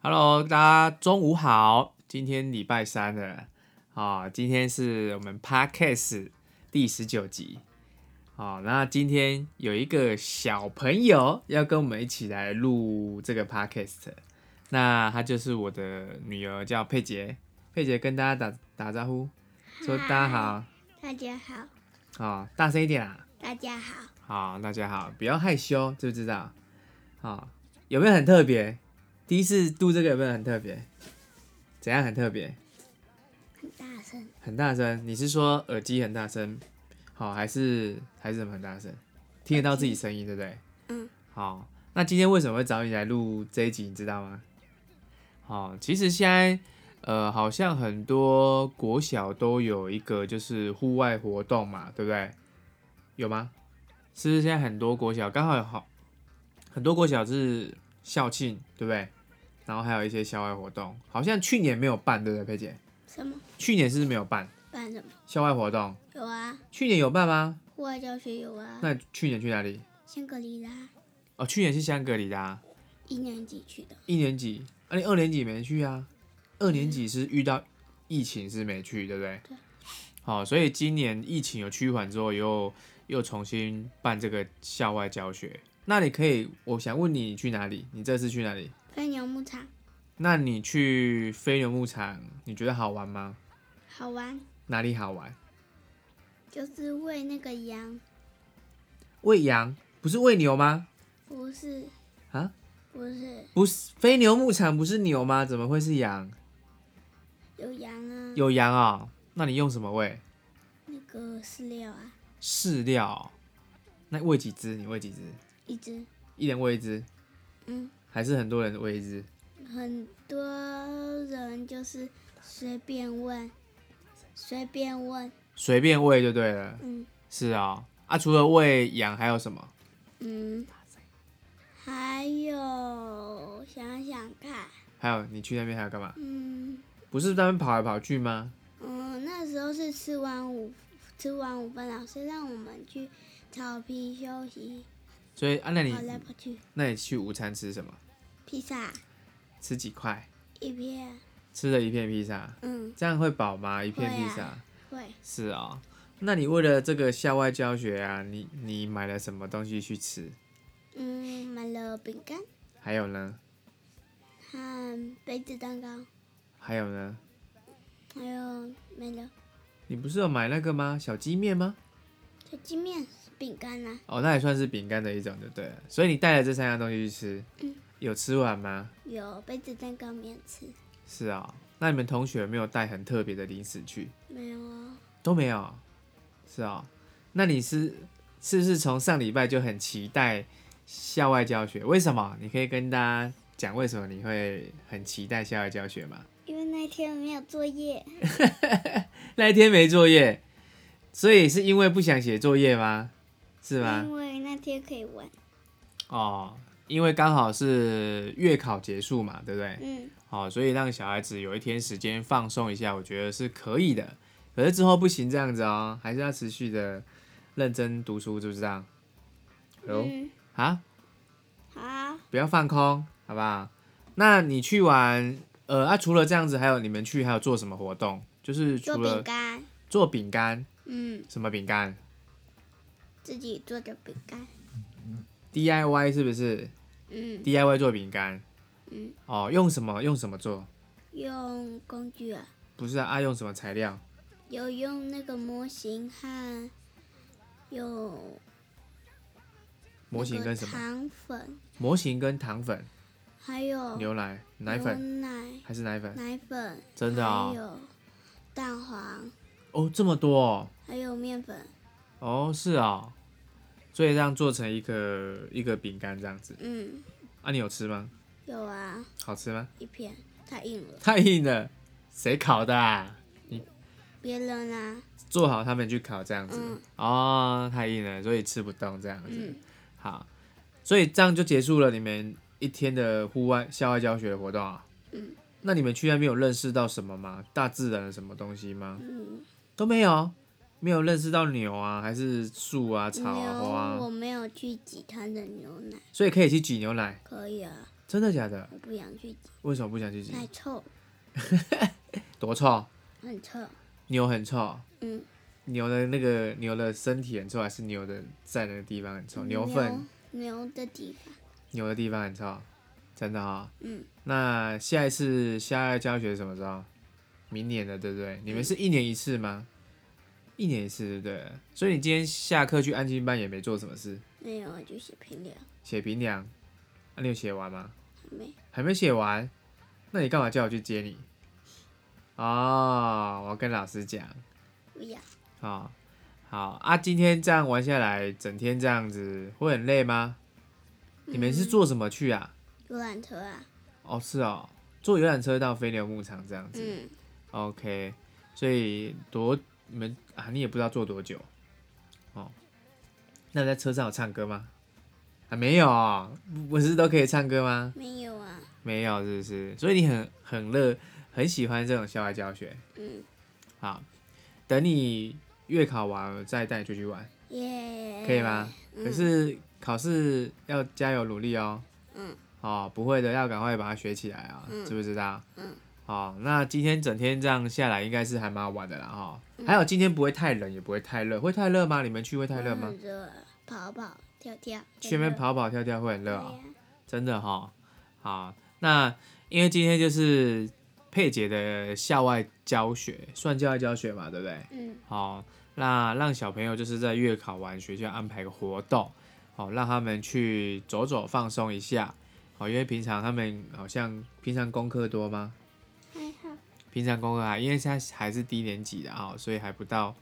Hello，大家中午好，今天礼拜三了啊、今天是我们 Podcast 第十九集。好、那今天有一个小朋友要跟我们一起来录这个 Podcast，那她就是我的女儿，叫佩杰。佩杰跟大家打打招呼，说大家好，大家好，好、大声一点啊，大家好，好，大家好，不要害羞，知不知道？好、有没有很特别？第一次录这个有没有很特别？怎样很特别？很大声，很大声？你是说耳机很大声？好、还是还是什么很大声？听得到自己声音，对不对？嗯。好、那今天为什么会找你来录这一集？你知道吗？好、其实现在呃，好像很多国小都有一个就是户外活动嘛，对不对？有吗？是不是现在很多国小刚好有好很多国小是校庆，对不对？然后还有一些校外活动，好像去年没有办，对不对，佩姐？什么去年是不是没有办办什么？校外活动？有啊，去年有办吗？户外教学有啊。那去年去哪里？香格里拉哦，去年是香格里拉，一年级去的，一年级，啊，你二年级没去啊？二年级是遇到疫情是没去，对不对？对好，所以今年疫情有趋缓之后，又又重新办这个校外教学。那你可以，我想问你，你去哪里？你这次去哪里？飞牛牧场那你去飞牛牧场，你觉得好玩吗？好玩，哪里好玩？就是喂那个羊，喂羊，不是喂牛吗？不是啊，不是不是，飞牛牧场不是牛吗？怎么会是羊？有羊啊，有羊啊、那你用什么喂？那个饲料啊，饲料哦、那喂几只？你喂几只？一只，一人喂一只，嗯，还是很多人喂一只？很多人就是随便问，随便问，随便喂就对了。嗯是啊、啊，除了喂羊还有什么？嗯，还有想想看，还有你去那边还要干嘛？嗯。不是在那边跑来跑去吗？嗯，那时候是吃完午吃完午饭，老师让我们去草坪休息，所以啊，那跑来你跑去，那你去午餐吃什么？披萨吃几块？一片，吃了一片披萨，嗯，这样会饱吗？一片会啊披萨、会是啊、那你为了这个校外教学啊，你你买了什么东西去吃？嗯，买了饼干还有呢？和杯子蛋糕，还有呢？还有没了你不是有买那个吗？小鸡面吗？小鸡面饼干啊啦、哦，那也算是饼干的一种，就对了。所以你带了这三样东西去吃，嗯有吃完吗？有杯子蛋糕没有吃，是啊、那你们同学有没有带很特别的零食去？没有哦，都没有。是啊、那你是是不是从上礼拜就很期待校外教学？为什么？你可以跟大家讲为什么你会很期待校外教学吗？因为那天没有作业，那一天没作业，所以是因为不想写作业吗？是吗？因为那天可以玩，哦，因为刚好是月考结束嘛，对不对？嗯，好、所以让小孩子有一天时间放松一下，我觉得是可以的。可是之后不行这样子哦，还是要持续的认真读书，知不知道？哦、嗯，啊，好，不要放空，好不好？那你去玩，呃，啊，除了这样子，还有你们去还有做什么活动？就是除做饼了干，做饼干，嗯，什么饼干自己做的饼干， ？DIY 是不是嗯， ？DIY 做饼干，嗯，哦，用什么用什么做？用工具啊。不是啊，啊用什么材料？有用那个模型和有模型跟什那个么？糖粉，模型跟糖粉、还有牛奶、奶粉哦牛奶、还是奶粉？奶粉，真的啊还有蛋黄，哦，这么多哦，还有面粉，哦是啊、所以这样做成一个一个饼干这样子。嗯，啊，你有吃吗？有啊，好吃吗？一片太硬了，太硬了，谁烤的、啊？别人啊，做好他们去烤这样子。嗯哦，太硬了，所以吃不动这样子。嗯，好，所以这样就结束了你们一天的户外校外教学的活动啊。嗯。那你们去那边有认识到什么吗？大自然的什么东西吗？嗯，都没有，没有认识到牛啊，还是树啊、草啊、花牛啊，我没有去挤它的牛奶，所以可以去挤牛奶，可以啊，真的假的？我不想去挤，为什么不想去挤？太臭了，多臭？很臭。牛很臭？嗯，牛的那个牛的身体很臭，还是牛的在那个地方很臭？牛粪、牛的地方，牛的地方很臭，真的哈、嗯，那下一次校外教学什么时候？明年的，对不对？你们是一年一次吗？一年一次，对不对？所以你今天下课去安静班也没做什么事，没有啊，就写评量，写评量，啊，你有写完吗？还没还没写完，那你干嘛叫我去接你？哦，我要跟老师讲不要，哦。好啊，今天这样玩下来，整天这样子会很累吗？你们是坐什么去啊？游览车啊，哦，是哦，坐游览车到飞牛牧场这样子。嗯， OK，所以多你们啊，你也不知道坐多久哦。那在车上有唱歌吗？啊，没有啊、不不是都可以唱歌吗？没有啊，没有，是不是？所以你很很乐，很喜欢这种校外教学。嗯，好，等你月考完我再带你出去玩，耶，可以吗？？可是考试要加油努力哦。嗯。哦，不会的，要赶快把它学起来啊，知不知道？嗯。哦，那今天整天这样下来，应该是还蛮好玩的啦哈、还有今天不会太冷，也不会太热，会太热吗？你们去会太热吗很？热啊，跑跑跳跳，去那很边热跑跑跳跳会很热对哦，呀真的哈、好，那因为今天就是佩姐的校外教学，算校外教学嘛，对不对？嗯，好，那让小朋友就是在月考完学校安排个活动，好，让他们去走走放松一下，好，因为平常他们好像平常功课多吗？嗯还好，平常功课还因为现在还是低年级的哈，所以还不到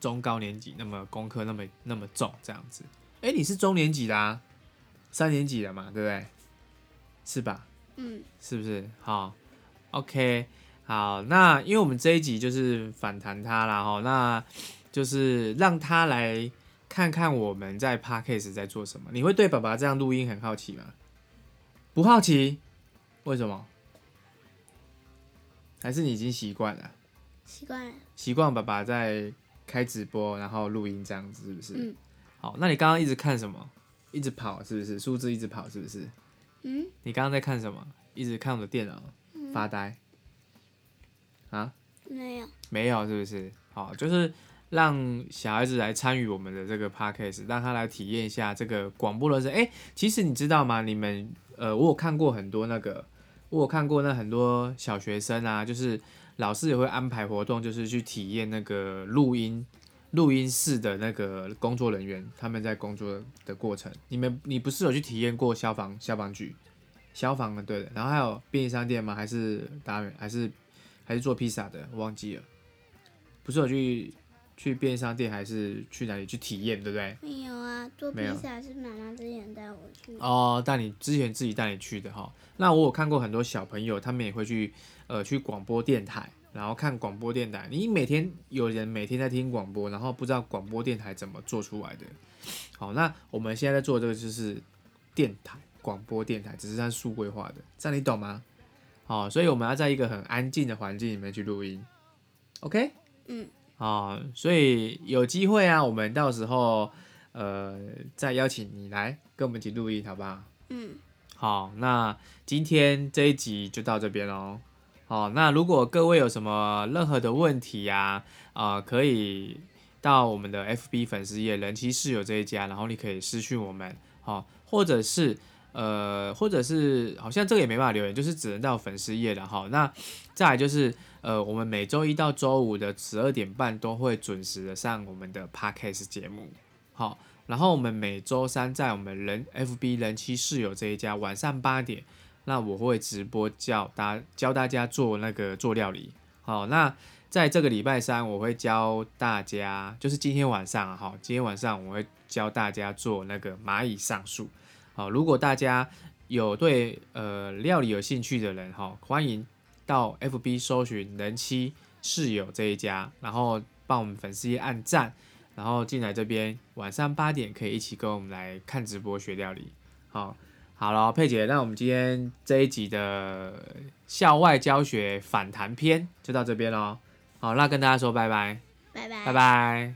中高年级那么功课那么那么重这样子。哎、你是中年级的啊，三年级的嘛，对不对？是吧？嗯，是不是？好，OK，好，那因为我们这一集就是反弹他啦，哈，那就是让他来看看我们在 Parkcase 在做什么。你会对爸爸这样录音很好奇吗？不好奇，为什么？还是你已经习惯了？习惯了，习惯爸爸在开直播，然后录音这样子，是不是？嗯好，那你刚刚一直看什么？一直跑是不是？数字一直跑是不是？嗯，你刚刚在看什么？一直看我的电脑发呆、啊？没有，没有，是不是？好，就是让小孩子来参与我们的这个 podcast，让他来体验一下这个广播的声。哎、其实你知道吗？你们呃，我有看过很多那个，我有看过那很多小学生啊，就是老师也会安排活动，就是去体验那个录音。录音室的那个工作人员，他们在工作的过程，你们你不是有去体验过消防消防局、消防的对的，然后还有便利商店吗？还是达人还是还是做披萨的？我忘记了。不是有去去便利商店还是去哪里去体验，对不对？没有啊，做没披有萨是妈妈之前带我去，哦，带你之前自己带你去的哈。那我有看过很多小朋友，他们也会去呃去广播电台，然后看广播电台。你每天有人每天在听广播，然后不知道广播电台怎么做出来的。好，那我们现在在做这个就是电台广播电台，只是它是数位化的，这样你懂吗？好，所以我们要在一个很安静的环境里面去录音。OK，嗯，哦，所以有机会啊，我们到时候呃再邀请你来跟我们一起录音，好不好？嗯，好，那今天这一集就到这边喽。好，那如果各位有什么任何的问题呀、啊，呃，可以到我们的 FB 粉丝页“人妻室友”这一家，然后你可以私讯我们，好、或者是呃，或者是好像这个也没办法留言，就是只能到粉丝页了哈。那再来就是呃，我们每周一到周五的十二点半都会准时的上我们的 Podcast 节目，好、然后我们每周三在我们人 FB 人妻室友这一家晚上八点，那我会直播教大教大家做那个做料理。好，那在这个礼拜三我会教大家，就是今天晚上啊哈，今天晚上我会教大家做那个蚂蚁上树。好，如果大家有对呃料理有兴趣的人哈，欢迎到 FB 搜寻人妻室友这一家，然后帮我们粉丝页按赞。然后进来这边，晚上八点可以一起跟我们来看直播学料理。好，好了，佩姐，那我们今天这一集的校外教学反弹篇就到这边喽。好，那跟大家说拜拜，拜拜，拜拜。